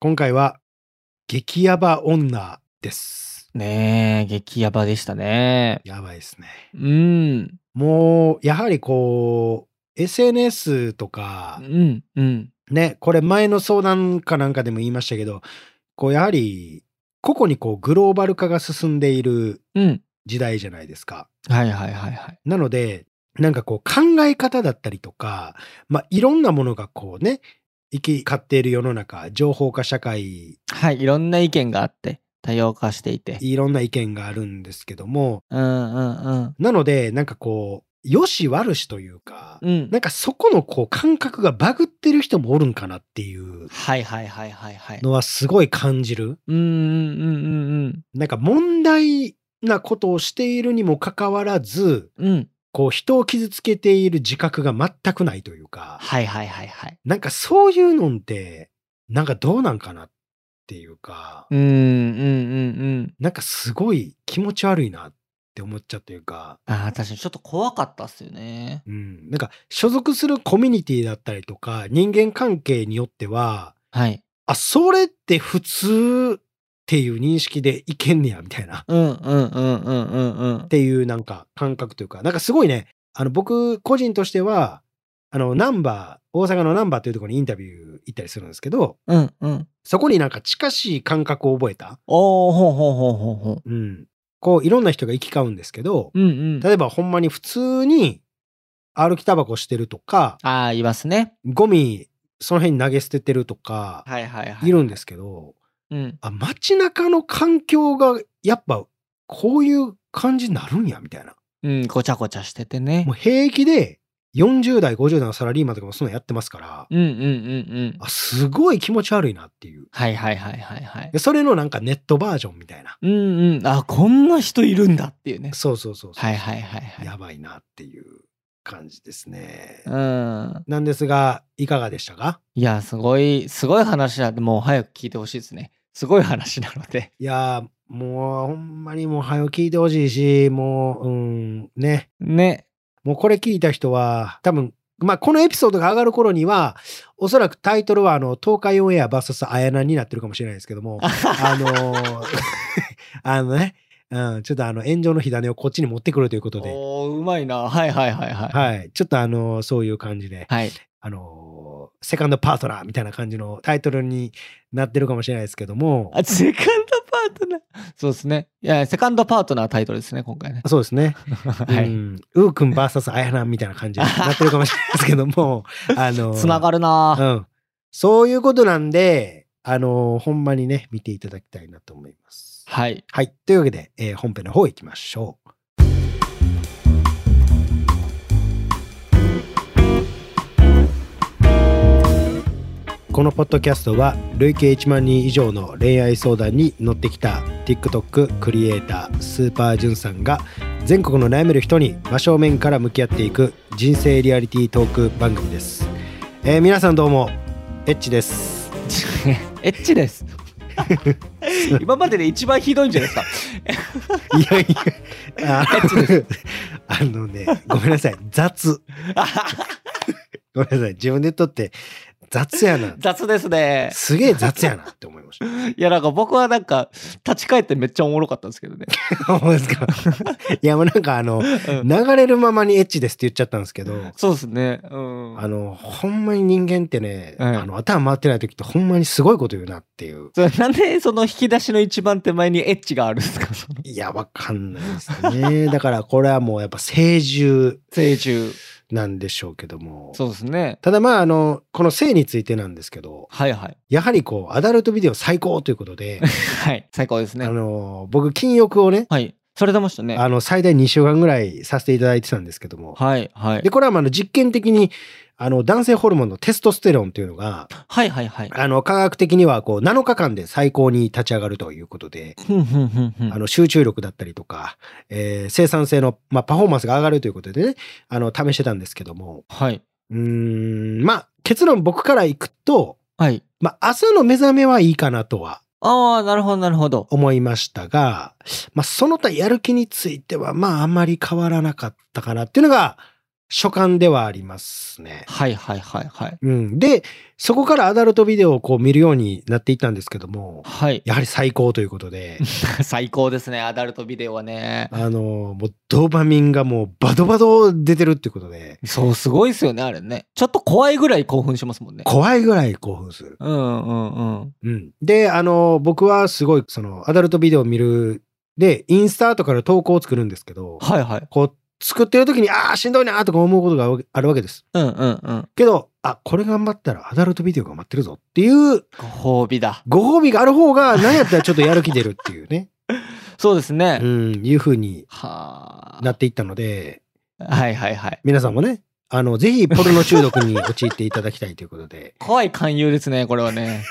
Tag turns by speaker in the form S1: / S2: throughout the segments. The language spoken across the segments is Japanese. S1: 今回は、激ヤバ女です。
S2: ねえ、激ヤバでしたね。
S1: やばいですね。
S2: うん。
S1: もう、やはりこう、SNS と
S2: う
S1: か、
S2: ん。うん。
S1: ね、これ前の相談かなんかでも言いましたけど、こう、やはり、個々にこう、グローバル化が進んでいる
S2: うん。
S1: 時代じゃないですか。
S2: はいはいはいはい。
S1: なので、なんかこう考え方だったりとか、まあいろんなものがこうね、行き交っている世の中、情報化社会、
S2: はい。いろんな意見があって、多様化していて。
S1: いろんな意見があるんですけども、
S2: うんうんうん。
S1: なので、なんかこう、良し悪しというか、
S2: うん
S1: な。んかそこのこう感覚がバグってる人もおるんかなっていう
S2: はいはいはいはいはい。
S1: のはすごい感じる。
S2: うんうんうんうん
S1: なんか問題なことをしているにもかかわらず、
S2: うん。うん。
S1: こう人を傷つけている自覚が全くないというか、
S2: はいはいはいはい。
S1: なんかそういうのって、なんかどうなんかなっていうか、
S2: うんうんうんうん。
S1: なんかすごい気持ち悪いなって思っちゃうというか、
S2: ああ、確かにちょっと怖かったっすよね。
S1: うん、なんか所属するコミュニティだったりとか、人間関係によっては、
S2: はい。
S1: あ、それって普通っていう認識でいけんねや、みたいな、っ
S2: うんうんうんうんうんうん。
S1: ていうなんか感覚というか、なんかすごいね、あの僕個人としては、あの、ナンバー、大阪のナンバーというところにインタビュー行ったりするんですけど、
S2: うんうん。
S1: そこになんか近しい感覚を覚えた
S2: おー、ほうほうほうほうほう。
S1: うん、こういろんな人が行き交うんですけど、
S2: うんうん。
S1: 例えばほんまに普通に歩きタバコしてるとか
S2: ああ、いますね。
S1: ゴミその辺に投げ捨ててるとか
S2: はいはいはい。
S1: いるんですけど、
S2: うん。
S1: あ街中の環境がやっぱこういう感じになるんやみたいな
S2: うん、ごちゃごちゃしててね
S1: もう。平気で40代50代のサラリーマンとかもそんなんやってますから、
S2: うんうんうんうん。
S1: あすごい気持ち悪いなっていう
S2: はいはいはいはいはい
S1: で。それのなんかネットバージョンみたいな
S2: うんうん。あ、こんな人いるんだっていうね。
S1: そうそうそうそう、
S2: はいはいはいはい。
S1: やばいなっていう感じですね。
S2: うん。
S1: なんですが、いかがでしたか
S2: いや、すごい、すごい話なんで、もう早く聞いてほしいですね。すごい話なので。
S1: いやー、もうほんまにもう早く聞いてほしいし、もう、うん、ね。
S2: ね。
S1: もうこれ聞いた人は、多分、まあ、このエピソードが上がる頃には、おそらくタイトルは、あの、東海オンエア VS あやなになってるかもしれないですけど も、あのー あのね、うん、ちょっとあの、炎上の火種をこっちに持ってくるということで、
S2: おー、うまいな。はいはいはいはい。
S1: はい、ちょっとあのーそういう感じで、
S2: はい。
S1: あのーセカンドパートナーみたいな感じのタイトルになってるかもしれないですけども、
S2: あ、セカンドパートナー。そうですね。いや、セカンドパートナータイトルですね、今回 ね。
S1: そうですね。
S2: は
S1: う
S2: い。
S1: ん、うーくん VS あやなみたいな感じになってるかもしれないですけども、あの、
S2: つながるな。
S1: うん。そういうことなんで、あの、ほんまにね、見ていただきたいなと思います。
S2: はい。
S1: はい。というわけで、えー本編の方行きましょう。このポッドキャストは累計1万人以上の恋愛相談に乗ってきた TikTok クリエイタースーパージュンさんが全国の悩める人に真正面から向き合っていく人生リアリティートーク番組です、えー皆さんどうもエッチです
S2: エッ チです。今までで一番ひどいんじゃないです
S1: いやいや、ああのね、ごめんなさい、雑。
S2: か。
S1: ごめんなさい、自分で撮って、雑やな。
S2: 雑ですね。
S1: すげえ雑やなって思いました。
S2: いや、なんか僕はなんか、立ち返ってめっちゃおもろかったんですけど ね。
S1: 思うんですかいや、もうなんかあの、
S2: うん
S1: 流れるままにエッチですって言っちゃったんですけど、
S2: そうですね。うん。
S1: あの、ほんまに人間ってね、
S2: はい
S1: あの、頭回ってない時ってほんまにすごいこと言うなっていう。
S2: それなんでその引き出しの一番手前にエッチがあるんですか その
S1: いや、わかんないですね。だからこれはもうやっぱ成獣
S2: 成獣。
S1: なんでしょうけども。
S2: そうですね。
S1: ただまあ、あの、この性についてなんですけど、
S2: はいはい。
S1: やはりこう、アダルトビデオ最高ということ で、
S2: はい。最高です
S1: あ
S2: ね。
S1: の、僕、禁欲をね、
S2: はい。それ出ましたね。
S1: あの、最大2週間ぐらいさせていただいてたんですけども、
S2: はいはい
S1: で、。これはまああの実験的に、あの、男性ホルモンのテストステロンというのが、
S2: はいはいはい。
S1: あの、科学的には、こう、7日間で最高に立ち上がるということで、
S2: ふんふんふんふん
S1: あの、集中力だったりとか、えー生産性の、まあ、パフォーマンスが上がるということでね、あの、試してたんですけども、
S2: はい。
S1: うーん、まあ、結論僕からいくと、
S2: はい。
S1: まあ、朝の目覚めはいいかなとは
S2: ああ、なるほどなるほど。
S1: 思いましたが、まあ、その他やる気については、まあ、あまり変わらなかったかなっていうのが、所感ではありますね。
S2: はいはいはいはい。
S1: うん、でそこからアダルトビデオをこう見るようになっていったんですけども
S2: はい。
S1: やはり最高ということで
S2: 最高ですね、アダルトビデオはね。
S1: あのもうドーパミンがもうバドバド出てるっていうことで
S2: そう、すごいですよね、あれね。ちょっと怖いぐらい興奮しますもんね。
S1: 怖いぐらい興奮する。
S2: うんうんうん。
S1: うん、であの僕はすごいそのアダルトビデオを見るでインスタとかで投稿を作るんですけど
S2: はいはい。
S1: こう作ってる時にああしんどいなーとか思うことがあるわけです。
S2: うんうんうん。
S1: けどあこれ頑張ったらアダルトビデオが待ってるぞっていう
S2: ご褒美だ。
S1: ご褒美がある方が何やったらちょっとやる気出るっていうね、
S2: そうですね。
S1: うん、いう風に
S2: は
S1: なっていったので
S2: あ。はいはいはい。
S1: 皆さんもねあのぜひポルノ中毒に陥っていただきたいということで
S2: 怖い勧誘ですね、これはね。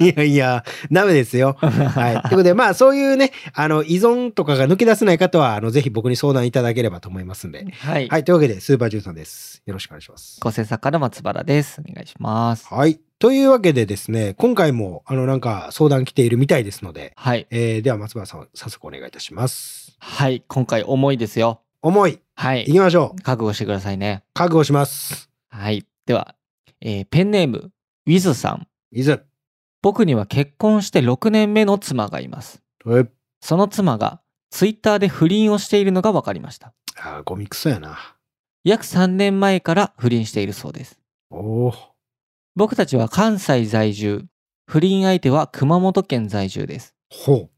S1: いやいやダメですよ。 はい。ということで、まあ、そういうね、あの、依存とかが抜け出せない方は、あの、ぜひ僕に相談いただければと思いますんで。
S2: はい。
S1: はい。というわけで、スーパージュンさんです。よろしくお願いします。
S2: ご制作から松原です。お願いします。
S1: はい。というわけでですね、今回も、あの、なんか、相談来ているみたいですので、
S2: はい。
S1: えー、では、松原さん、早速お願いいたします。
S2: はい。今回重いですよ。
S1: 思い、
S2: はい
S1: 行。きましょう。
S2: 覚悟してくださいね。
S1: 覚悟します。
S2: はい。では、えーペンネーム、ウィズさん。
S1: いざ。
S2: 僕には結婚して6年目の妻がいます。
S1: え
S2: その妻が、ツイッターで不倫をしているのが分かりました。
S1: あー、ゴミクソやな。
S2: 約3年前から不倫しているそうです。
S1: おー
S2: 僕たちは関西在住。不倫相手は熊本県在住です。
S1: ほ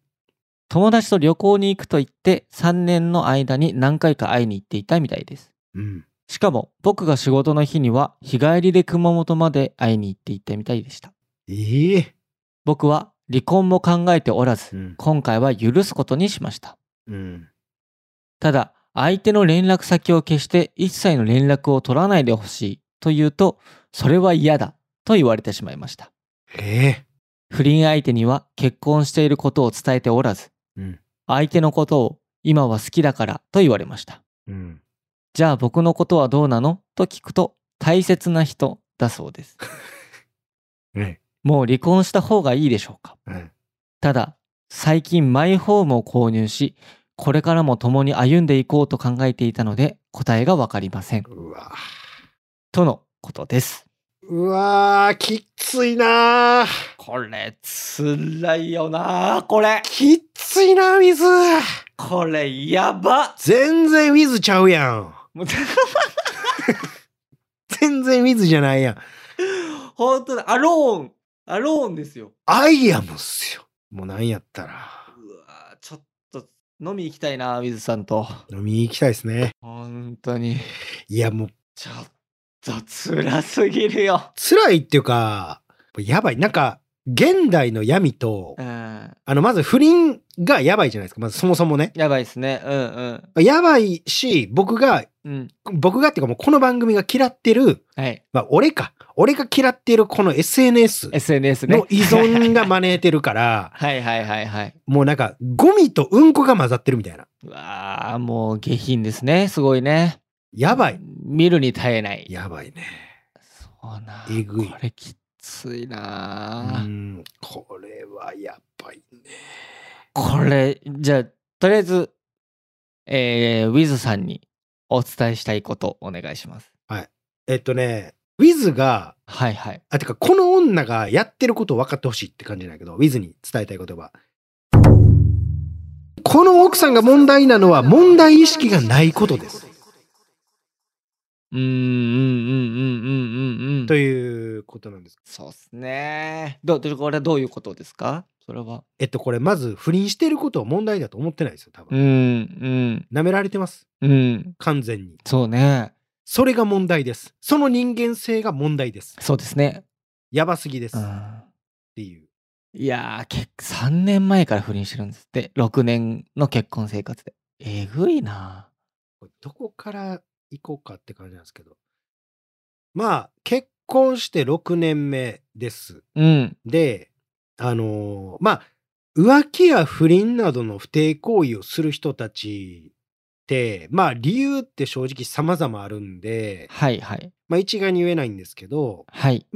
S2: 友達と旅行に行くと言って3年の間に何回か会いに行っていたみたいです。
S1: う。うん。
S2: しかも僕が仕事の日には日帰りで熊本まで会いに行っていたみたいでした。
S1: ええ
S2: 僕は離婚も考えておらず、
S1: うん
S2: 今回は許すことにしました。
S1: うん。
S2: ただ、相手の連絡先を消して一切の連絡を取らないでほしいと言うと、それは嫌だと言われてしまいました。
S1: ええ
S2: 不倫相手には結婚していることを伝えておらず、
S1: うん
S2: 相手のことを今は好きだからと言われました。
S1: うん。
S2: じゃあ僕のことはどうなのと聞くと、大切な人だそうです。
S1: ね。
S2: もう離婚した方がいいでしょうか
S1: うん。
S2: ただ、最近マイホームを購入し、これからも共に歩んでいこうと考えていたので、答えがわかりません。
S1: うわ
S2: とのことです。
S1: うわー、きっついなー。
S2: これ、つらいよなこれ。
S1: きっついな、水。
S2: これ、やば
S1: 全然水ちゃうやん。全然水じゃないやん。
S2: 本当だ、アローン、アローンですよ。
S1: アイアムっすよ。もうなんやったら。
S2: うわちょっと、飲み行きたいな水さんと。
S1: 飲みに行きたいですね。
S2: 本当に。
S1: いや、もう
S2: ちょっと、辛すぎるよ。
S1: 辛いっていうか、やばい。なんか、現代の闇と、
S2: うん。
S1: あの、まず不倫がやばいじゃないですか。まずそもそもね。
S2: やばいですね。うん
S1: やばいし、僕が、
S2: うん。うん。
S1: 僕がっていうかもうこの番組が嫌ってる、
S2: はい。
S1: まあ俺か。俺が嫌ってるこの SNS
S2: SNS ね。
S1: の依存が招いてるから、
S2: はいはいはいはい。
S1: もうなんかゴミとうんこが混ざってるみたいな。
S2: うわあ、もう下品ですね。すごいね。
S1: やばい。
S2: 見るに耐えない。
S1: やばいね。
S2: そうな。
S1: えぐい
S2: これきついうな、
S1: ん、これはやばいね。
S2: これ、じゃあ、とりあえず、えー、ウィズさんにお伝えしたいことお願いします。
S1: えっとね、ウィズが、
S2: はいはい。
S1: あ、てかこの女がやってることを分かってほしいって感じなんだけど、ウィズに伝えたい言葉。この奥さんが問題な のは問題意識がないことです。
S2: うんうんうんうんうんうんうん。
S1: ということなんです。
S2: そうっすね。どどこれはどういうことですかそれは。
S1: えっと、これまず不倫してることを問題だと思ってないですよ、多
S2: う
S1: 分。
S2: ん
S1: 舐められてます。
S2: うんうん。
S1: 完全に。
S2: そうね。
S1: それが問題です。その人間性が問題です。
S2: そうですね。
S1: やばすぎです
S2: う
S1: っ
S2: ん
S1: ていう。
S2: いやー、結3年前から不倫してるんですって。6年の結婚生活で。えぐいな
S1: これどこから行こうかって感じなんですけど。まあ、結婚して6年目です。
S2: うん。
S1: で、あのーまあ、浮気や不倫などの不貞行為をする人たちって、まあ、理由って正直様々あるんで、
S2: はいはい。
S1: まあ、一概に言えないんですけど、
S2: はい。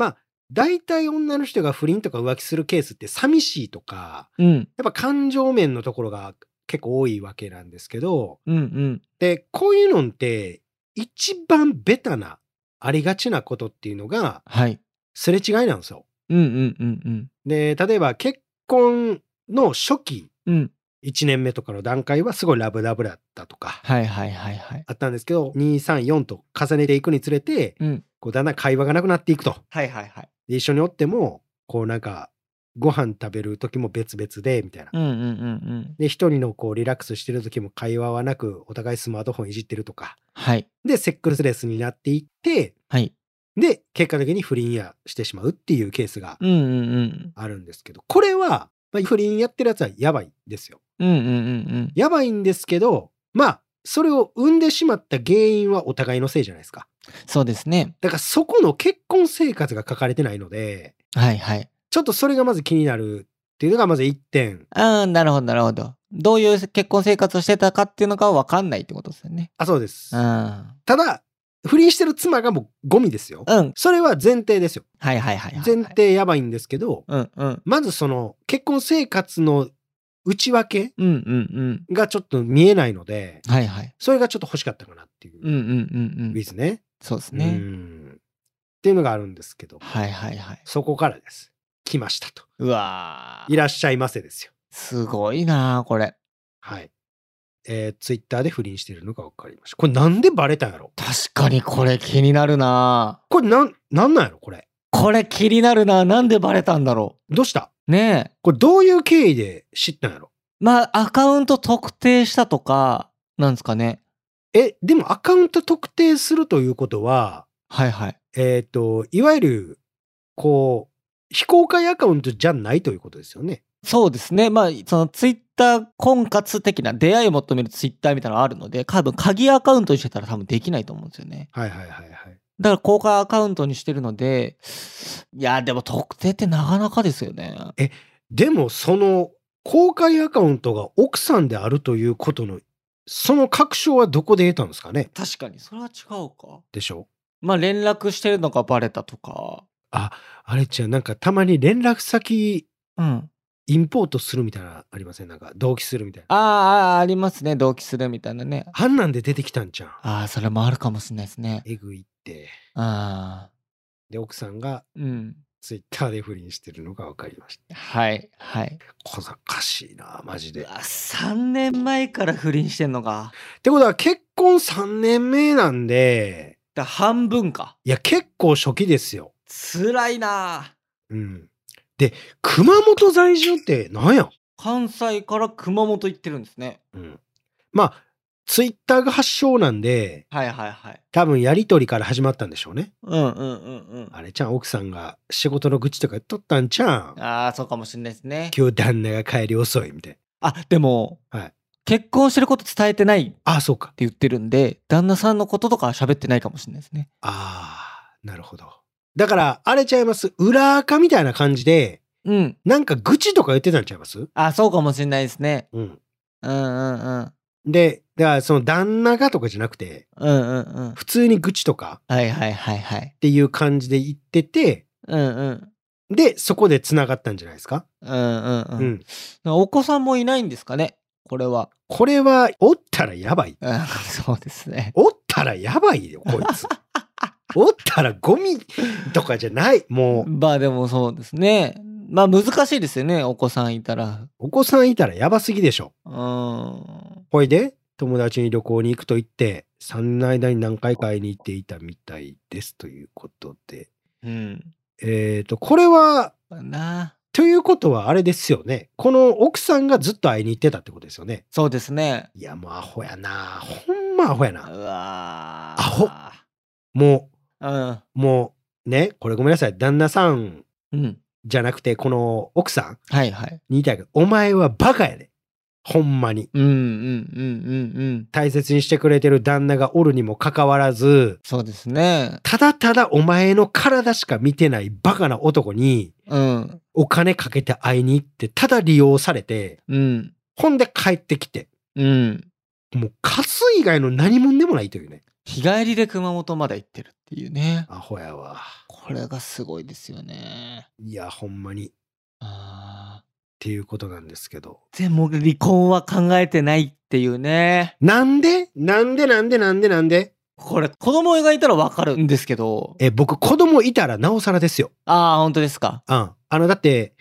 S1: 大体女の人が不倫とか浮気するケースって寂しいとか、
S2: うん。
S1: やっぱ感情面のところが結構多いわけなんですけど、
S2: うんうん。
S1: で、こういうのって一番ベタな、ありがちなことっていうのが、
S2: はい。
S1: すれ違いなんですよ。
S2: うんうんうんうん。
S1: で、例えば結婚の初期、
S2: うん。
S1: 1年目とかの段階はすごいラブラブだったとか、
S2: はいはいはいはい。
S1: あったんですけど、2、3、4と重ねていくにつれて、
S2: うん。
S1: こうだんだん会話がなくなっていくと。
S2: はいはいはい。
S1: で一緒におっても、こうなんか、ご飯食べる時も別々で、みたいな。
S2: うんうんうんうん。
S1: で、一人のこうリラックスしてる時も会話はなく、お互いスマートフォンいじってるとか。
S2: はい。
S1: で、セックスレスになっていって、
S2: はい。
S1: で、結果的に不倫やしてしまうっていうケースが
S2: うんうんうん。
S1: あるんですけど、これは、まあ、不倫やってるやつはやばいですよ。
S2: うんうんうん
S1: やばいんですけど、まあ、それを生んでしまった原因はお互いのせいじゃないですか。
S2: うん。そうですね。
S1: だからそこの結婚生活が書かれてないので、
S2: はいはい。
S1: ちょっとそれがまず気になるっていうのがまず1点。
S2: ああ、なるほどなるほど。どういう結婚生活をしてたかっていうのが分かんないってことですよね。
S1: あ、そうです
S2: う。ん。
S1: ただ、不倫してる妻がもうゴミですよ。
S2: うん。
S1: それは前提ですよ。
S2: はいはいはいはい。
S1: 前。提やばいんですけど、
S2: うんうん。
S1: まずその結婚生活の内訳
S2: うんうん
S1: がちょっと見えないので、
S2: うん。はいはい。
S1: それがちょっと欲しかったかなっていうう、
S2: んうんうんう
S1: で
S2: ん。
S1: すね。
S2: そうです
S1: う
S2: ね。
S1: んっていうのがあるんですけど、
S2: はいはいはい。
S1: そこからです。来ましたと。
S2: うわー
S1: いらっしゃいませですよ。
S2: すごいなあこれ。
S1: はい。えー、ツイッターで不倫してるのが分かりました。これなんでバレたんやろ
S2: 確かにこれ気になるなあ
S1: これなん、なんなんやろこれ。
S2: これ気になるなあなんでバレたんだろ
S1: どうした
S2: う。ねえ。
S1: これどういう経緯で知ったんやろ
S2: まあ、アカウント特定したとか、なんですかね。
S1: え、でもアカウント特定するということは、
S2: はいはい。
S1: えっ、と、いわゆる、こう、非公開アカウントじゃないということですよね。
S2: そうですね。まあ、そのツイッター婚活的な出会いを求めるツイッターみたいなのあるので、多分鍵アカウントにしてたら多分できないと思うんですよね。
S1: はいはいはいはい。
S2: だから公開アカウントにしてるので、いや、でも特定ってなかなかですよね。
S1: でも、その、公開アカウントが奥さんであるということの、その確証はどこで得たんですかね
S2: 確かに、それは違うか。
S1: でしょ
S2: まあ、連絡してるのがバレたとか。
S1: あれちゃん、なんかたまに連絡先
S2: うん。
S1: インポートするみたいなのありませんなんか同期するみたいな。
S2: ああ、ありますね。同期するみたいなね。
S1: あんなんで出てきたんじゃん。
S2: ああ、それもあるかもしれないですね。
S1: えぐいって。
S2: ああ。
S1: で、奥さんが
S2: うん。
S1: ツイッターで不倫してるのが分かりました。
S2: はい、はい。
S1: 小賢しいな、マジで。っ
S2: あ3年前から不倫してんのか。
S1: てことは結婚3年目なんで、
S2: だ半分か。
S1: いや、結構初期ですよ。
S2: 辛いな
S1: うん。で、熊本在住ってなんや
S2: 関西から熊本行ってるんですね。
S1: うん。まあ、ツイッターが発祥なんで、
S2: はいはいはい。
S1: 多分やりとりから始まったんでしょうね。
S2: うんうんうんうん。
S1: あれちゃん、奥さんが仕事の愚痴とか言っとったんちゃうん。
S2: ああ、そうかもしれないですね。
S1: 今日旦那が帰り遅いみたい
S2: あ、でも、
S1: はい
S2: 結婚してること伝えてないって
S1: な。ああ、そうか。
S2: 言ってるんで、旦那さんのこととかは喋ってないかもしれないですね。
S1: ああ、なるほど。だから、あれちゃいます。裏垢みたいな感じで、
S2: うん。
S1: なんか愚痴とか言ってたんちゃいます
S2: あ、そうかもしれないですね。
S1: うん。
S2: うんうんうん。
S1: で、だからその旦那がとかじゃなくて、
S2: うんうんうん。
S1: 普通に愚痴とか
S2: はいはいはいはい
S1: っ。ていう感じで言ってて、
S2: うんうん。
S1: で、そこで繋がったんじゃないですか、
S2: うんうんう。
S1: うんん、
S2: お子さんもいないんですかねこれは。
S1: これは、おったらやばい。
S2: うん、そうですね。
S1: おったらやばいよ、こいつ。おったらゴミとかじゃない。もう、
S2: まあでもそうですね。まあ難しいですよね、お子さんいたら。
S1: お子さんいたらやばすぎでしょ。
S2: うん。は
S1: ほいで、友達に旅行に行くと言って、3年の間に何回か会いに行っていたみたいですということで。
S2: うん。
S1: えっ、と、これは、
S2: な
S1: ということはあれですよね。この奥さんがずっと会いに行ってたってことですよね。
S2: そうですね。
S1: いや、もうアホやな。ほんまアホや
S2: う
S1: な。
S2: わ
S1: アも
S2: ア
S1: う、もう、ね、これごめんなさい。旦那さん
S2: うん。うん。
S1: じゃなくて、この奥さん
S2: はいはい。
S1: に言いたいけど、お前はバカやで。ほんまに。
S2: うんうんうんうんうん。
S1: 大切にしてくれてる旦那がおるにもかかわらず、
S2: そうですね。
S1: ただただお前の体しか見てないバカな男に
S2: うん。
S1: お金かけて会いに行って、ただ利用されて、
S2: うん。
S1: ほんで帰ってきて、
S2: うん。
S1: もうカス以外の何もんでもないというね。
S2: 日帰りで熊本まで行ってるっていうね。
S1: アホやわ。
S2: これがすごいですよね。
S1: いや、ほんまに。っ
S2: ああ。
S1: ていうことなんですけど。
S2: でも離婚は考えてないっていうね。
S1: なんでなんでなんでなんでなんで
S2: これ、子供がいたらわかるんですけど。
S1: え、僕、子供いたらなおさらですよ。
S2: ああ、本当ですか。
S1: うん。あの、だって、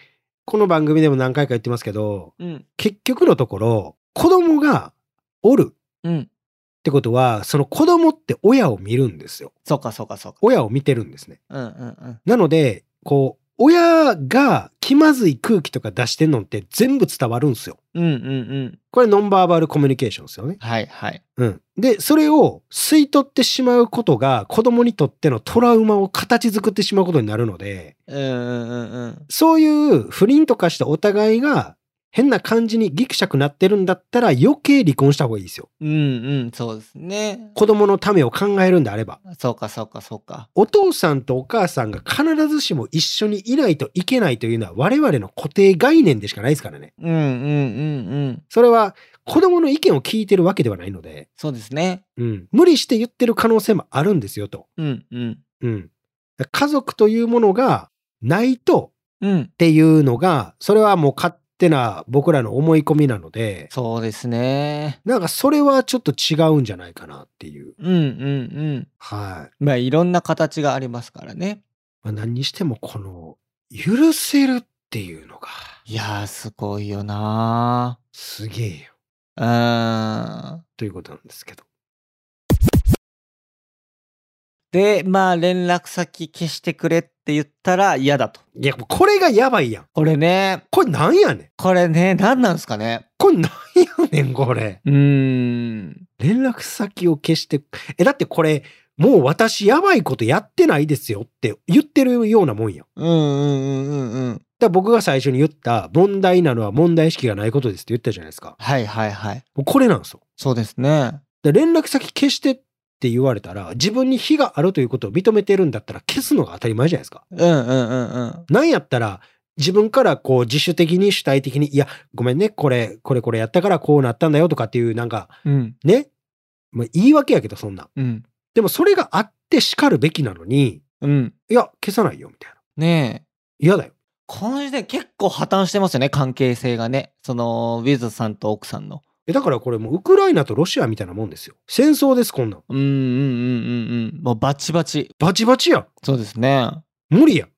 S1: この番組でも何回か言ってますけど、
S2: うん。
S1: 結局のところ、子供がおるっ
S2: うん。
S1: てことは、その子供って親を見るんですよ。
S2: そうか、そうか、そうか。
S1: 親を見てるんですね。
S2: うん、うん、うん。
S1: なので、こう、親が気まずい空気とか出してんのって全部伝わるんですよ。
S2: うん、うん、うん。
S1: これノンバーバルコミュニケーションですよね。
S2: はい、はい。
S1: うん。で、それを吸い取ってしまうことが子供にとってのトラウマを形作ってしまうことになるので、
S2: うん、うん、うん、うん。
S1: そういう不倫とかしたお互いが変な感じにギクシャクなってるんだったら余計離婚した方がいいですよ。
S2: うん、うん、そうですね。
S1: 子供のためを考えるんであれば。
S2: そうか、そうか、そうか。
S1: お父さんとお母さんが必ずしも一緒にいないといけないというのは我々の固定概念でしかないですからね。
S2: うん、うん、うん、うん。
S1: それは子供の意見を聞いてるわけではないので、
S2: そうですね。
S1: うん、無理して言ってる可能性もあるんですよと。
S2: うん、うん。
S1: うん、家族というものがないと
S2: うん
S1: っ。ていうのがそれはもう勝手な僕らの思い込みなので
S2: そうですね。
S1: なんかそれはちょっと違うんじゃないかなっていう。
S2: うん、うん、うん。
S1: はい
S2: まあ、いろんな形がありますからね。
S1: まあ、何にしてもこの許せるっていうのが
S2: いやー、すごいよな
S1: すげえよ
S2: ー。うーん。
S1: ということなんですけど。
S2: で、まあ、連絡先消してくれって言ったら嫌だと。
S1: いやもうこれがやばいやん。
S2: これね、
S1: これなんやねん。
S2: これね、何なんですかね。
S1: これなんやねんこれ。
S2: うーん。
S1: 連絡先を消して。え、だってこれもう私やばいことやってないですよって言ってるようなもんやん。
S2: うんうんうんうんうん。
S1: だから僕が最初に言った問題なのは問題意識がないことですって言ったじゃないですか。
S2: はいはいはい。
S1: もうこれなんですよ。
S2: そうですね。
S1: だから連絡先消してって言われたら自分に非があるということを認めてるんだったら消すのが当たり前じゃないですか。
S2: うんうんうんうん。
S1: なんやったら自分からこう自主的に主体的に、いや、ごめんね、これ、これこれやったからこうなったんだよとかっていうなんか
S2: うん
S1: ね、まあ、言い訳やけどそんな。
S2: うん。
S1: でもそれがあって叱るべきなのに、
S2: うん。
S1: いや、消さないよみたいな。
S2: ねえ。
S1: 嫌だよ。
S2: この時点結構破綻してますよね、関係性がね。その、ウィズさんと奥さんの。
S1: えだからこれもうウクライナとロシアみたいなもんですよ。戦争です、こんなん。
S2: うんうんうんうんうん。もうバチバチ。
S1: バチバチやん。
S2: そうですね。
S1: 無理やん。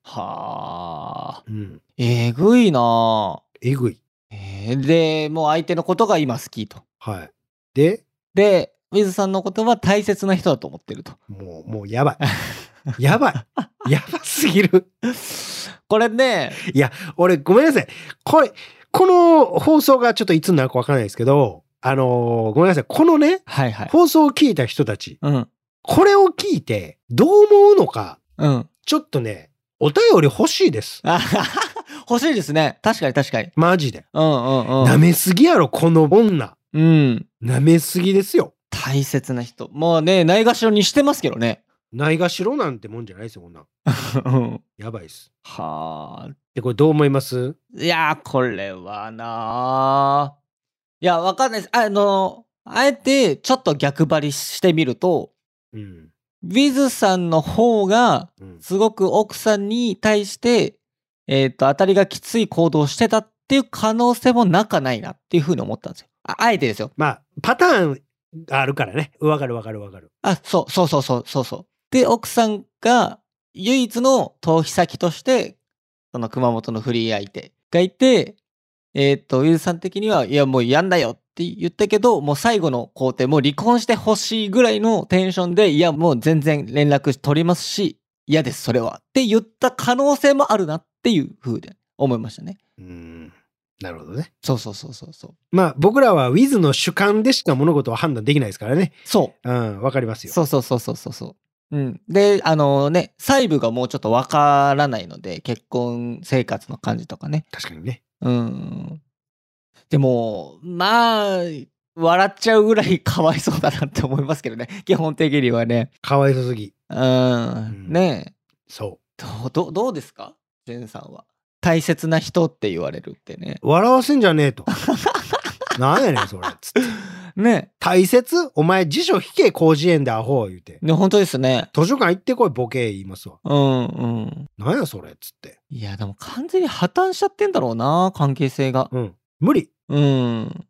S2: はあ。
S1: うん。
S2: えぐいなあ
S1: えぐい。
S2: えーで、もう相手のことが今好きと。
S1: はい。で、
S2: で、ウィズさんのことは大切な人だと思ってると。
S1: もう、もうやばい。やばい。やばすぎる。
S2: これね、
S1: 俺、ごめんなさい。これ、この放送がちょっといつになるかわからないですけど、あのーごめんなさい。このね、
S2: はいはい。
S1: 放送を聞いた人たち、
S2: うん、
S1: これを聞いて、どう思うのか、
S2: うん。
S1: ちょっとね、お便り欲しいです。
S2: あはは 欲しいですね。確かに確かに。
S1: マジで。
S2: うんうんう
S1: 舐
S2: ん。
S1: めすぎやろ、この女。
S2: うん。
S1: 舐めすぎですよ。
S2: 大切な人。もうね、ないがしろにしてますけどね。
S1: ないがしろなんてもんじゃないですよ、こんなん。
S2: うん
S1: やばいっす。
S2: はあ。
S1: で、これどう思います
S2: いやー、これはなあ。いや、わかんないです。あの、あえてちょっと逆張りしてみると、
S1: うん。
S2: ウィズさんの方が、
S1: うん。
S2: すごく奥さんに対して、えっ、と、当たりがきつい行動をしてたっていう可能性もなかないなっていうふうに思ったんですよ。ああえてですよ。
S1: まあ、パターンがあるからね。わかるわかるわかる。
S2: あ、そう、そうそうそう、そうそう。で、奥さんが唯一の逃避先として、その熊本のフリー相手がいて、えっ、と、ウィルさん的には、いや、もうやんだよって言ったけど、もう最後の工程、もう離婚してほしいぐらいのテンションで、いや、もう全然連絡取りますし、嫌です、それは。って言った可能性もあるなっていう風で思いましたね。
S1: うん。なるほどね。
S2: そうそうそうそうそう。
S1: まあ、僕らは Wiz の主観でしか物事を判断できないですからね。
S2: そう。
S1: うん、わかりますよ。
S2: そうそうそうそうそうそう。うん、であのね細部がもうちょっとわからないので結婚生活の感じとかね
S1: 確かにね。
S2: うんでもまあ笑っちゃうぐらいかわいそうだなって思いますけどね 基本的にはね
S1: かわいそうすぎ。
S2: うん、
S1: ん
S2: ねえ
S1: そ
S2: どうどうどうですかジェンさんは大切な人って言われるってね
S1: う。笑わせんじゃねえ と。なんやねん、それ。つって
S2: ね
S1: 大切お前辞書引け、広辞苑でアホ言うて
S2: え。ね本当ですね
S1: 図書館行ってこい、ボケ言いますわ。
S2: うんうん
S1: なんや、それ。つって。
S2: いやでも完全に破綻しちゃってんだろうな関係性が
S1: うん。無理。
S2: うん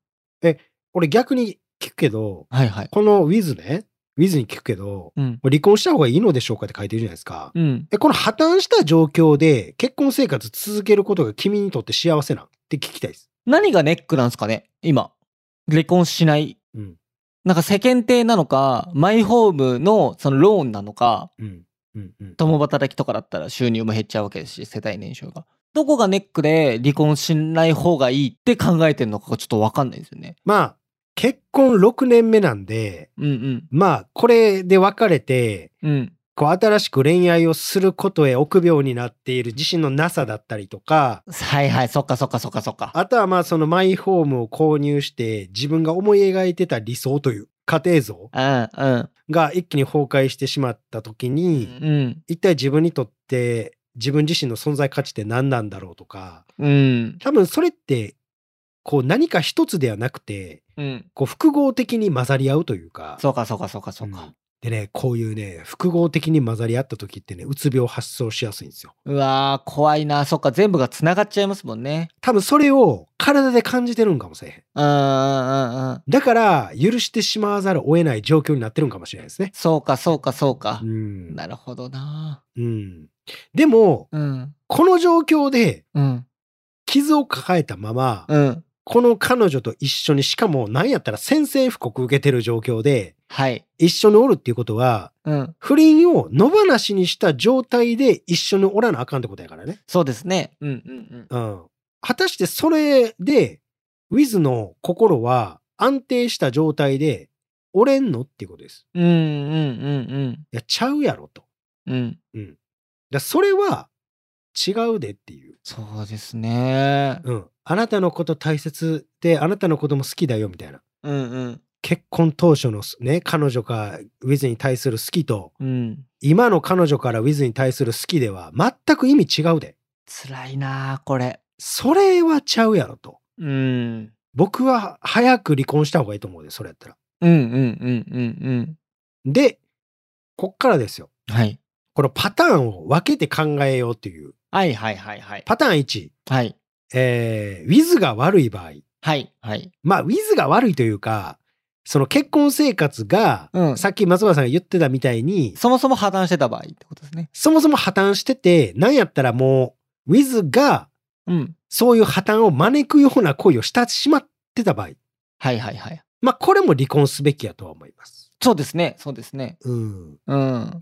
S1: 俺逆に聞くけど、
S2: はいはい
S1: この Wiz ね、ウィズに聞くけど、
S2: うん。
S1: もう離婚した方がいいのでしょうかって書いてるじゃないですか。
S2: うん。
S1: え、この破綻した状況で結婚生活続けることが君にとって幸せなんって聞きたいです。
S2: 何がネックなんですかね今。離婚しない。
S1: うん。
S2: なんか世間体なのか、マイホームのそのローンなのか、
S1: うん。うん。うん。
S2: 共働きとかだったら収入も減っちゃうわけですし、世帯年収が。どこがネックで離婚しない方がいいって考えてるのかがちょっとわかんないんですよね。
S1: まあ、結婚6年目なんで、
S2: うん
S1: まあ、これで別れて、
S2: うん。うん。
S1: こう新しく恋愛をすることへ臆病になっている自身のなさだったりとか、
S2: はいはい、そっかそっかそっかそっか。
S1: あとはまあそのマイホームを購入して自分が思い描いてた理想という家庭像
S2: うん
S1: が一気に崩壊してしまった時
S2: う
S1: に、
S2: ん。うん。
S1: 一体自分にとって自分自身の存在価値って何なんだろうとか
S2: うん。
S1: 多分それってこう何か一つではなくて
S2: うん。
S1: こう複合的に混ざり合うというか
S2: そうかそうかそうかそう
S1: うん
S2: か。
S1: でねこういうね複合的に混ざり合った時ってねうつ病発症しやすいんですよ
S2: うわー、怖いな。そっか、全部が繋がっちゃいますもんね。
S1: 多分それを体で感じてるんかもしれへん
S2: うんうんうんうん。
S1: だから許してしまわざるを得ない状況になってるんかもしれないですね
S2: そうかそうかそうか
S1: う。ん、
S2: なるほどな。
S1: うん、でも
S2: うん。
S1: この状況で
S2: うん。
S1: 傷を抱えたまま、
S2: うん。
S1: この彼女と一緒に、しかも何やったら宣戦布告受けてる状況で、
S2: はい。
S1: 一緒におるっていうことは、
S2: うん。
S1: 不倫を野放しにした状態で一緒におらなあかんってことやからね。
S2: そうですね。うんうん
S1: うん。果たしてそれで、ウィズの心は安定した状態で折れんのっていうことです。
S2: うん。うんうんうん
S1: いや、ちゃうやろと。
S2: うん。うん。
S1: だそれは違うでっていう。
S2: そうですね。
S1: うん。あなたのこと大切で、あなたのことも好きだよみたいな。
S2: うんうん。
S1: 結婚当初のね、彼女かウィズに対する好きと、
S2: うん。
S1: 今の彼女からウィズに対する好きでは全く意味違うで。
S2: 辛いなこれ。
S1: それはちゃうやろと。
S2: うん。
S1: 僕は早く離婚した方がいいと思うで、それやったら。
S2: うんうんうんうん
S1: で、こっからですよ。
S2: うん。はい。
S1: このパターンを分けて考えようっていう。
S2: はいはいはいはい。
S1: パターン1、
S2: はい。
S1: えー、ウィズが悪い場合。
S2: はいはい。
S1: まあ、ウィズが悪いというか、その結婚生活が、
S2: うん
S1: さっき松原さんが言ってたみたいに、
S2: そもそも破綻してた場合ってことですね。
S1: そもそも破綻してて、なんやったらもう、ウィズが
S2: うん。
S1: そういう破綻を招くような行為をしてしまってた場合。
S2: はいはいはい。
S1: まあ、これも離婚すべきやとは思います。
S2: そうですね。そうですね。
S1: うん。
S2: うん。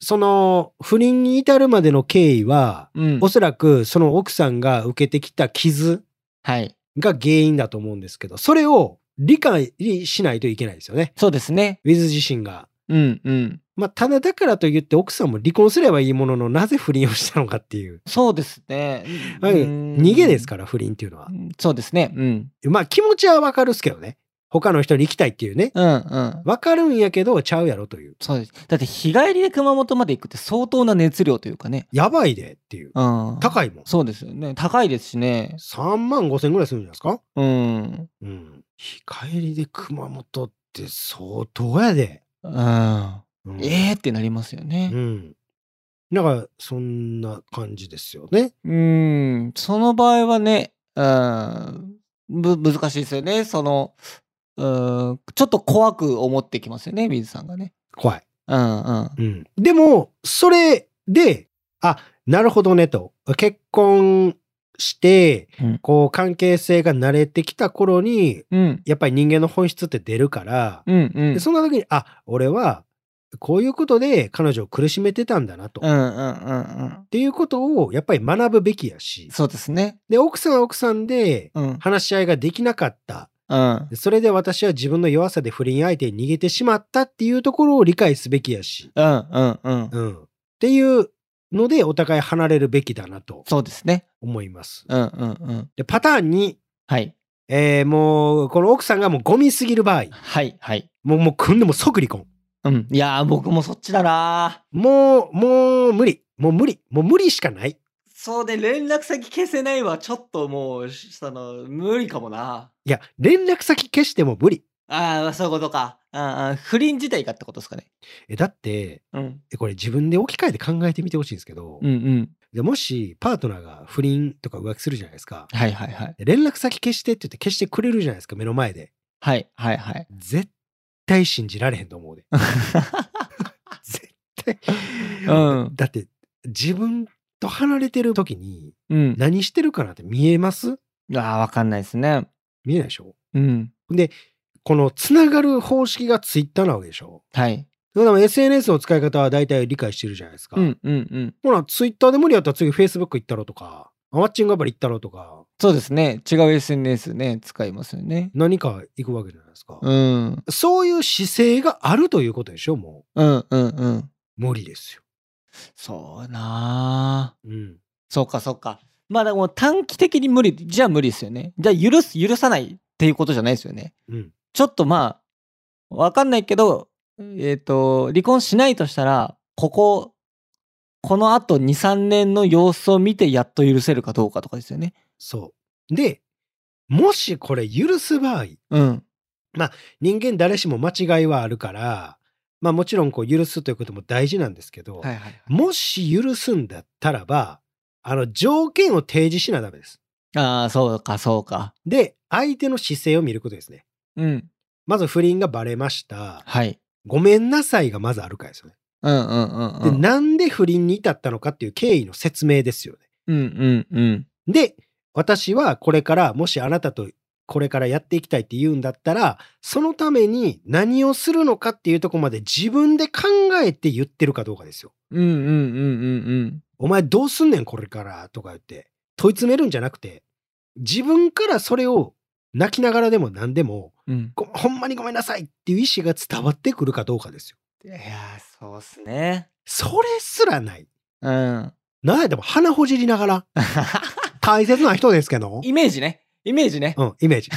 S1: その、不倫に至るまでの経緯は、
S2: うん
S1: お。そらくその奥さんが受けてきた傷
S2: はい。
S1: が原因だと思うんですけど、それを理解しないといけないですよね。
S2: そうですね。
S1: ウィズ自身が。
S2: うんうん。
S1: まあ、ただだからといって奥さんも離婚すればいいものの、なぜ不倫をしたのかっていう。
S2: そうですね。
S1: まあ
S2: うん
S1: 逃げですから、不倫っていうのは
S2: う。んそうですね。うん。
S1: まあ、気持ちはわかるっすけどね。他の人に行きたいっていうね。
S2: うんうん。
S1: わかるんやけど、ちゃうやろという。
S2: そうです。だって日帰りで熊本まで行くって相当な熱量というかね。
S1: やばいでっていう。
S2: うん。い。
S1: 高いもん。
S2: そうですよね。高いですしね。
S1: 3万5千ぐらいするんじゃないですか
S2: うん。
S1: うん。日帰りで熊本って相当やで。
S2: うん。
S1: うん
S2: えーってなりますよ
S1: う
S2: ね。
S1: ん。だから、そんな感じですよね。
S2: うん。その場合はね、うん。む難しいですよね。その、うん。ちょっと怖く思ってきますよね、水さんがね。
S1: 怖い。
S2: うんうん。
S1: うん。でも、それで、あ、なるほどねと。結婚して
S2: うん、
S1: こう、関係性が慣れてきた頃に、
S2: うん。
S1: やっぱり人間の本質って出るから、
S2: うんうん
S1: で。そんな時に、あ、俺は、こういうことで彼女を苦しめてたんだなと。
S2: う
S1: っ
S2: んうんうんうん。
S1: ていうことを、やっぱり学ぶべきやし。
S2: そうですね。
S1: で、奥さんは奥さんで、
S2: うん。
S1: 話し合いができなかった。
S2: うん。
S1: それで私は自分の弱さで不倫相手に逃げてしまったっていうところを理解すべきやし。
S2: うんうんうん。
S1: うん。っていうので、お互い離れるべきだなと
S2: そうですね。
S1: 思います。
S2: うんうんうん。
S1: で、パターン2、
S2: はい。
S1: えーもう、この奥さんがもうゴミすぎる場合、
S2: はいはい。
S1: もう、もう、組んでも即離婚。
S2: うん。いやー、僕もそっちだなー
S1: もう、もう無理。もう無理。もう無理しかない。
S2: そうで、連絡先消せないはちょっともう、しその、無理かもな。
S1: いや、連絡先消しても無理。
S2: ああ、そういうことか。ああ、不倫自体がってことですかね。
S1: え、だって、
S2: うん。
S1: えこれ自分で置き換えて考えてみてほしいんですけど、
S2: うんうん。
S1: でもしパートナーが不倫とか浮気するじゃないですか。
S2: はいはいはい。
S1: で連絡先消してって言って消してくれるじゃないですか、目の前で。
S2: はいはいはい。
S1: 絶対信じられへんと思うで。絶対。
S2: うん。
S1: だって、自分と離れてる時に
S2: うん。
S1: 何してるかなって見えます
S2: ああ、わかんないですね。
S1: 見えないでしょ
S2: うん。
S1: このつながる方式がツイッターなわけでしょ
S2: はい。
S1: だから SNS の使い方は大体理解してるじゃないですか。
S2: うんうんうん。
S1: ほら、ツイッターで無理やったら次 Facebook 行ったろとか、マッチングアプリ行ったろとか、
S2: そうですね。違う SNS ね、使いますよね。
S1: 何か行くわけじゃないですか。
S2: うん。うん
S1: そういう姿勢があるということでしょも
S2: うんうん。
S1: う無理ですよ。
S2: そうなあ
S1: うん。
S2: そうかそうか。まあでも短期的に無理じゃ無理ですよね。じゃあ許す、許さないっていうことじゃないですよね。
S1: うん。
S2: ちょっとまあ、わかんないけど、えっ、と、離婚しないとしたら、ここ、この後2、3年の様子を見てやっと許せるかどうかとかですよね。
S1: そう。で、もしこれ許す場合、
S2: うん。
S1: 人間誰しも間違いはあるから、まあもちろんこう許すということも大事なんですけど、
S2: はいはい。
S1: もし許すんだったらば、あの条件を提示しなダメです。
S2: ああ、そうかそうか。
S1: で、相手の姿勢を見ることですね。
S2: うん。
S1: まず不倫がバレました。
S2: はい。
S1: ごめんなさいがまずあるかですよね。
S2: うんうんうんう
S1: で、
S2: ん。
S1: なんで不倫に至ったのかっていう経緯の説明ですよね。
S2: うんうんうん。
S1: で、私はこれから、もしあなたとこれからやっていきたいって言うんだったら、そのために何をするのかっていうとこまで自分で考えて言ってるかどうかですよ。
S2: うんうんうんうんうん。
S1: お前どうすんねんこれからとか言って問い詰めるんじゃなくて、自分からそれを泣きながらでも何でも、
S2: うん。
S1: ごほんまにごめんなさいっていう意思が伝わってくるかどうかですよ。
S2: いやー、そうっすね。
S1: それすらない。
S2: うん。
S1: なんやでも鼻ほじりながら、大切な人ですけど、
S2: イメージね。イメージね。
S1: うん、イメージ。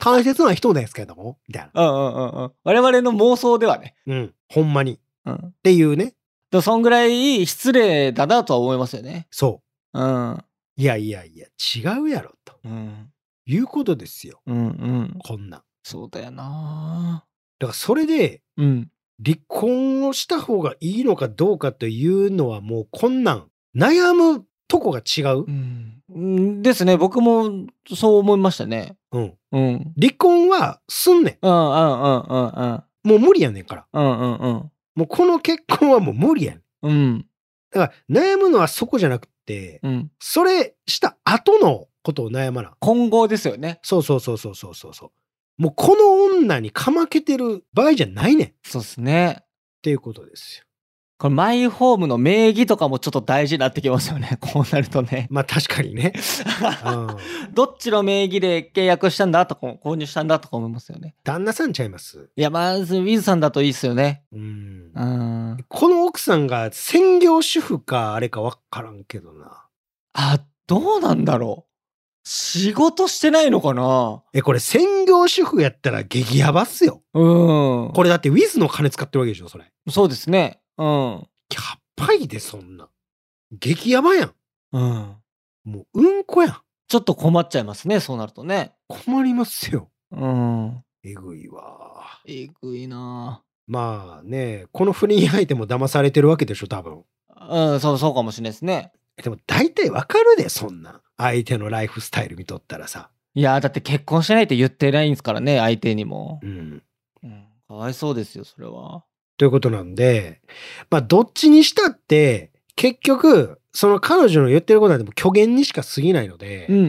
S1: 大切な人ですけども、みたいな。
S2: うんうんうんうん。我々の妄想ではね。
S1: うん、ほんまに。っ
S2: うん。
S1: ていうね。
S2: でもそんぐらい失礼だなとは思いますよね。
S1: そ
S2: うん。
S1: う。いやいやいや、違うやろ、と
S2: うん。
S1: いうことですよ。
S2: うんうん。
S1: こんなん。
S2: そうだよな
S1: だからそれで、
S2: うん。
S1: 離婚をした方がいいのかどうかというのはもうこんなん、悩むとこが違う
S2: う。ん。うんですね。僕もそう思いましたね。
S1: うん。
S2: うん。
S1: 離婚はすんね
S2: うんうんうんうんうん。
S1: ん。もう無理やねんから。
S2: うんうんうん。
S1: もうこの結婚はもう無理やねん。
S2: うん。
S1: だから悩むのはそこじゃなくて、
S2: うん。
S1: それした後のことを悩まな。
S2: 今後ですよね。
S1: そうそうそうそうそうそうそう。もうこの女にかまけてる場合じゃないねんっ
S2: そうっすね。
S1: ていうことですよ。
S2: これマイホームの名義とかもちょっと大事になってきますよね。こうなるとね。
S1: まあ確かにね。うん、
S2: どっちの名義で契約したんだとか、購入したんだとか思いますよね。
S1: 旦那さんちゃいます。
S2: いや、まず、ウィズさんだといいっすよね。
S1: うん
S2: う。ん。
S1: この奥さんが専業主婦かあれかわからんけどな。
S2: あ、どうなんだろう。仕事してないのかな
S1: え、これ専業主婦やったら激ヤバっすよ。
S2: うん。
S1: これだってウィズの金使ってるわけでしょ、それ。
S2: そうですね。うん。
S1: やばいで、そんな。激ヤバやん。
S2: うん。
S1: もううんこやん。
S2: ちょっと困っちゃいますね、そうなるとね。
S1: 困りますよ。
S2: うん。
S1: えぐいわ。
S2: えぐいな
S1: まあね、この不倫相手も騙されてるわけでしょ、多分。
S2: うん、そう、そうかもしれないですね。
S1: でも大体わかるで、そんなん。相手のライフスタイル見とったらさ。
S2: いや、だって結婚してないって言ってないんですからね、相手にも
S1: う。ん。
S2: うん。かわいそうですよ、それは。
S1: ということなんで、まあどっちにしたって、結局、その彼女の言ってることなんてもう虚言にしか過ぎないので、
S2: うんうんう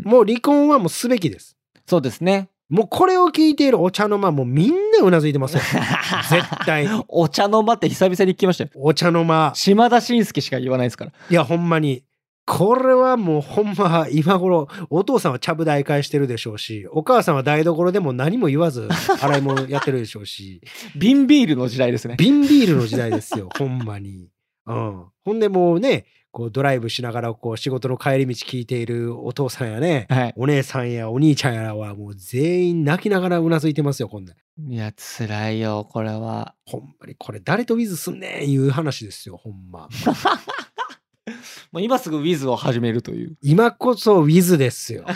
S2: ん。
S1: もう離婚はもうすべきです。
S2: そうですね。
S1: もうこれを聞いているお茶の間、もうみんなうなずいて ますよ。絶対。
S2: お茶の間って久々に聞きましたよ。
S1: お茶の間。
S2: 島田紳介しか言わないですから。
S1: いや、ほんまに。これはもうほんま今頃お父さんはちゃぶ台返してるでしょうしお母さんは台所でも何も言わず洗い物やってるでしょうし
S2: 瓶ビールの時代ですね。
S1: 瓶ビールの時代ですよ ほんまに、うん、ほんでもうねこうドライブしながらこう仕事の帰り道聞いているお父さんやね
S2: はい。
S1: お姉さんやお兄ちゃんやらはもう全員泣きながらうなずいてますよこんなん
S2: いや、辛いよ、これは。
S1: ほんまにこれ誰とウィズすんねんいう話ですよほんま
S2: もう今すぐウィズを始めるという。
S1: 今こそウィズです よ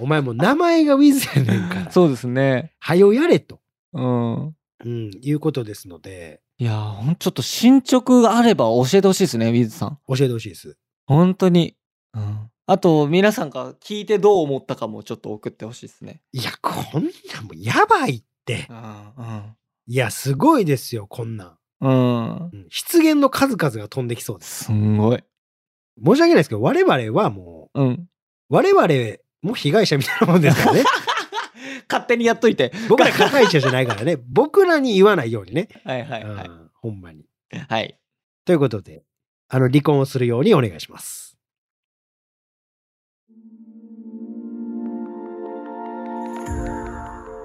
S1: お前もう名前がウィズやねんから
S2: そうですね。
S1: はよやれと、
S2: うん。
S1: うん、いうことですので、
S2: いや、ほんちょっと進捗があれば教えてほしいですね、ウィズさん。
S1: 教えてほしいです。
S2: 本当に。うん。あと、皆さんが聞いてどう思ったかもちょっと送ってほしいですね。
S1: いや、こんなんもうやばいっ
S3: って
S2: うん
S3: いやすごいですよこんなん、
S2: うんうん
S3: うん、失言の数々が飛んできそうです
S2: すんごい
S3: 申し訳ないですけど我々はも
S2: うん
S3: う我々も被害者みたいなもんですから ね
S2: 勝手にやっといて
S3: 僕ら加害者じゃないからね僕らに言わないようにね、
S2: はいはいは
S3: う
S2: い
S3: ん、ほんまに
S2: はい
S3: ということであの離婚をするようにお願いします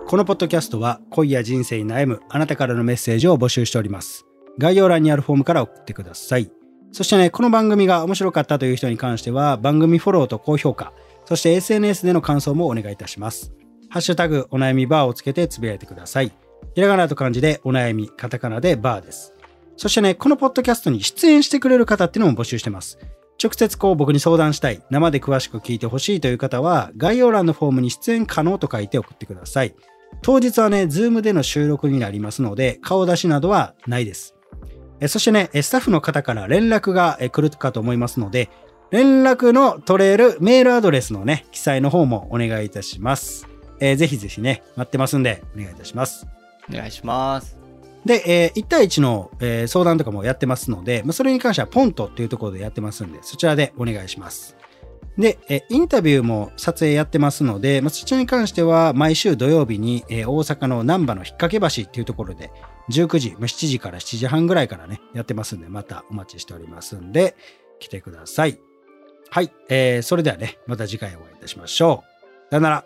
S1: このポッドキャストは恋や人生に悩むあなたからのメッセージを募集しております。概要欄にあるフォームから送ってください。そしてね、この番組が面白かったという人に関しては番組フォローと高評価、そして SNS での感想もお願いいたします。ハッシュタグお悩みバーをつけてつぶやいてください。ひらがなと漢字でお悩み、カタカナでバーです。そしてね、このポッドキャストに出演してくれる方っていうのも募集してます。直接こう僕に相談したい、生で詳しく聞いてほしいという方は概要欄のフォームに出演可能と書いて送ってください。当日はね、ズームでの収録になりますので、顔出しなどはないです。えそしてね、えスタッフの方から連絡がえ来るかと思いますので、連絡の取れるメールアドレスのね、記載の方もお願いいたします。えーぜひぜひね、待ってますんで、お願いいたします。
S2: お願いします
S1: で、えー1対1の、えー相談とかもやってますので、まあ、それに関してはポントっていうところでやってますんで、そちらでお願いします。で、えーインタビューも撮影やってますので、まあ、そちらに関しては毎週土曜日に、えー大阪の難波の引っ掛け橋っていうところで、19時、まあ、7時から7時半ぐらいからね、やってますんで、またお待ちしておりますんで、来てください。はい、えーそれではね、また次回お会いいたしましょう。さよなら。